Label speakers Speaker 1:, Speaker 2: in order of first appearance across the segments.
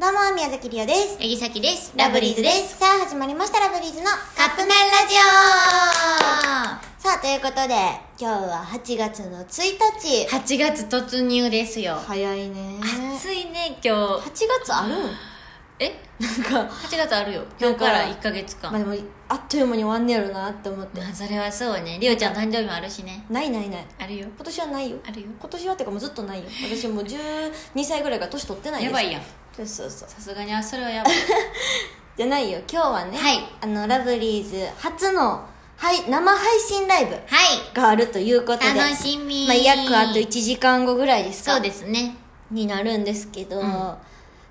Speaker 1: どうも、宮崎りおです。
Speaker 2: えぎさきです。
Speaker 1: す。さあ、始まりました、ラブリーズの。
Speaker 2: カップ麺ラジオ
Speaker 1: さあ、ということで、今日は8月の1日。
Speaker 2: !8 月突入ですよ。
Speaker 1: 早いね。
Speaker 2: 暑いね、今日。
Speaker 1: 8月あるん
Speaker 2: え
Speaker 1: なんか、
Speaker 2: ?8 月あるよ。今日から1ヶ月間。
Speaker 1: まあでも、あっという間に終わんねやろなって思って
Speaker 2: ま。あ、それはそうね。りおちゃん誕生日もあるしね。
Speaker 1: ないないない。
Speaker 2: あるよ。
Speaker 1: 今年はないよ。
Speaker 2: あるよ。
Speaker 1: 今年はってかもうずっとないよ。私もう12歳ぐらいから年取ってないです。
Speaker 2: やばいやん。
Speaker 1: そうそうそう。
Speaker 2: さすがに、あ、それはやばい。
Speaker 1: じゃないよ、今日はね、
Speaker 2: はい
Speaker 1: あの、ラブリーズ初の、はい、生配信ライブ
Speaker 2: は
Speaker 1: があるということで。
Speaker 2: い。楽しみ。
Speaker 1: まあ、約あと1時間後ぐらいですか
Speaker 2: そうですね。
Speaker 1: になるんですけど、
Speaker 2: うん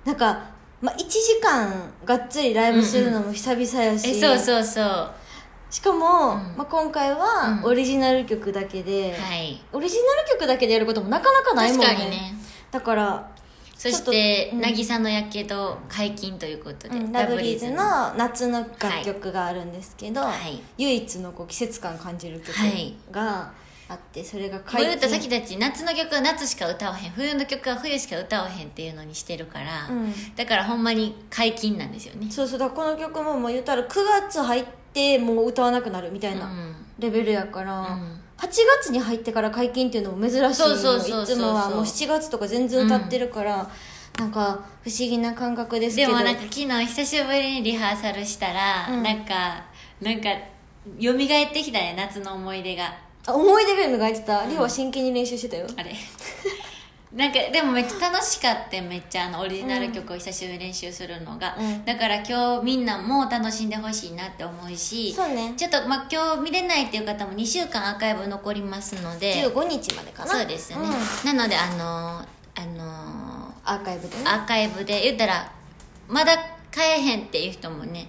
Speaker 1: なんか、まあ、1時間がっつりライブするのも久々やし、
Speaker 2: え、そうそうそう。は
Speaker 1: しかも、
Speaker 2: うん
Speaker 1: まあ、今回は
Speaker 2: うん
Speaker 1: オリジナル曲だけで、
Speaker 2: い。
Speaker 1: オリジナル曲だけでやることもなかなかないも
Speaker 2: 確
Speaker 1: んね
Speaker 2: かにね。
Speaker 1: だから、
Speaker 2: そして
Speaker 1: ちょっとう、ん
Speaker 2: 渚のやけど解禁ということ
Speaker 1: う
Speaker 2: で。
Speaker 1: んラブリーズの
Speaker 2: は
Speaker 1: 夏の楽曲があるんですけど、
Speaker 2: はい
Speaker 1: 唯一のこう季節感感じる曲
Speaker 2: はい
Speaker 1: があってそれが
Speaker 2: こう言うとさ
Speaker 1: う
Speaker 2: きたち夏の曲は夏しか歌わへん冬の曲は冬しか歌わへんっていうのにしてるから、
Speaker 1: ん、
Speaker 2: だからほんまに解禁なんですよね
Speaker 1: そうそうだからこの曲ももう言ったら9月入ってもう歌わなくなるみたいな
Speaker 2: うん
Speaker 1: レベルやから、
Speaker 2: うん
Speaker 1: 8月に入ってから解禁っていうのも珍しいの
Speaker 2: そうそうそうそうそう
Speaker 1: いつもはもう7月とか全然歌ってるから、なんか不思議な感覚ですけ
Speaker 2: で
Speaker 1: ど
Speaker 2: もなんか昨日久しぶりにリハーサルしたら、
Speaker 1: うん
Speaker 2: なんかなんか蘇ってきたね夏の思い出が
Speaker 1: あ思い出が磨いてたリオは真剣に練習してたよ、
Speaker 2: あれ なんかでもめっちゃ楽しかっためっちゃあのオリジナル曲を久しぶりに練習するのが、
Speaker 1: うん
Speaker 2: だから今日みんなも楽しんでほしいなって思うし
Speaker 1: そうね
Speaker 2: ちょっと、まあ、今日見れないっていう方も2週間アーカイブ残りますので
Speaker 1: 15日までかな
Speaker 2: そうですね、
Speaker 1: ん
Speaker 2: なのであのーあ
Speaker 1: アーカイブで
Speaker 2: の
Speaker 1: ね
Speaker 2: ーアーカイブで言ったらまだ買えへんっていう人もね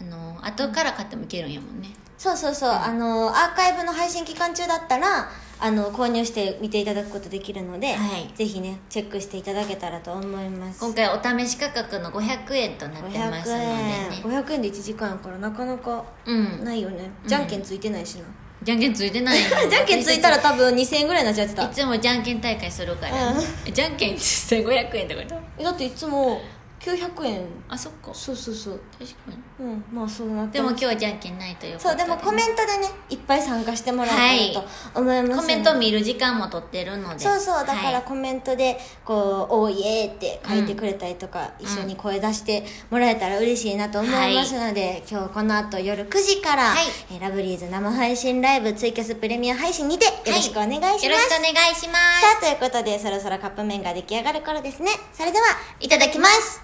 Speaker 2: あのー後から買ってもいけるんやもんね、
Speaker 1: そうそうそう、あのアーカイブの配信期間中だったらあの購入して見ていただくことできるので、
Speaker 2: はい
Speaker 1: ぜひねチェックしていただけたらと思います
Speaker 2: 今回お試し価格の500円となってます
Speaker 1: 500
Speaker 2: ので
Speaker 1: 円
Speaker 2: ね
Speaker 1: 500円で1時間やからなかなか
Speaker 2: うん
Speaker 1: ないよね、
Speaker 2: うん
Speaker 1: じゃんけんついてないしな、
Speaker 2: じゃんけんついてな い
Speaker 1: じゃんけんついたら多分2000円ぐらいになっちゃってた
Speaker 2: いつもじゃんけん大会するから、
Speaker 1: うん
Speaker 2: え じゃんけんして500円ってこと
Speaker 1: えだっていつも900円
Speaker 2: あそっか
Speaker 1: そうそうそう
Speaker 2: 確かに
Speaker 1: うんまあそうなって
Speaker 2: でも
Speaker 1: ます
Speaker 2: 今日はじゃんけんないということ
Speaker 1: そうでもコメントでねいっぱい参加してもらえたらと思いますので、
Speaker 2: コメント見る時間も取ってるので
Speaker 1: そうそうだか
Speaker 2: は
Speaker 1: ら
Speaker 2: い
Speaker 1: コメントでこう「おーいえ」って書いてくれたりとか、一緒に声出してもらえたら嬉しいなと思いますので、今日この後夜9時から、
Speaker 2: はい
Speaker 1: えーラブリーズ生配信ライブツイキャスプレミア配信にてよろしくお願いします、
Speaker 2: よろしくお願いします
Speaker 1: さあということでそろそろカップ麺が出来上がる頃ですねそれではいただきます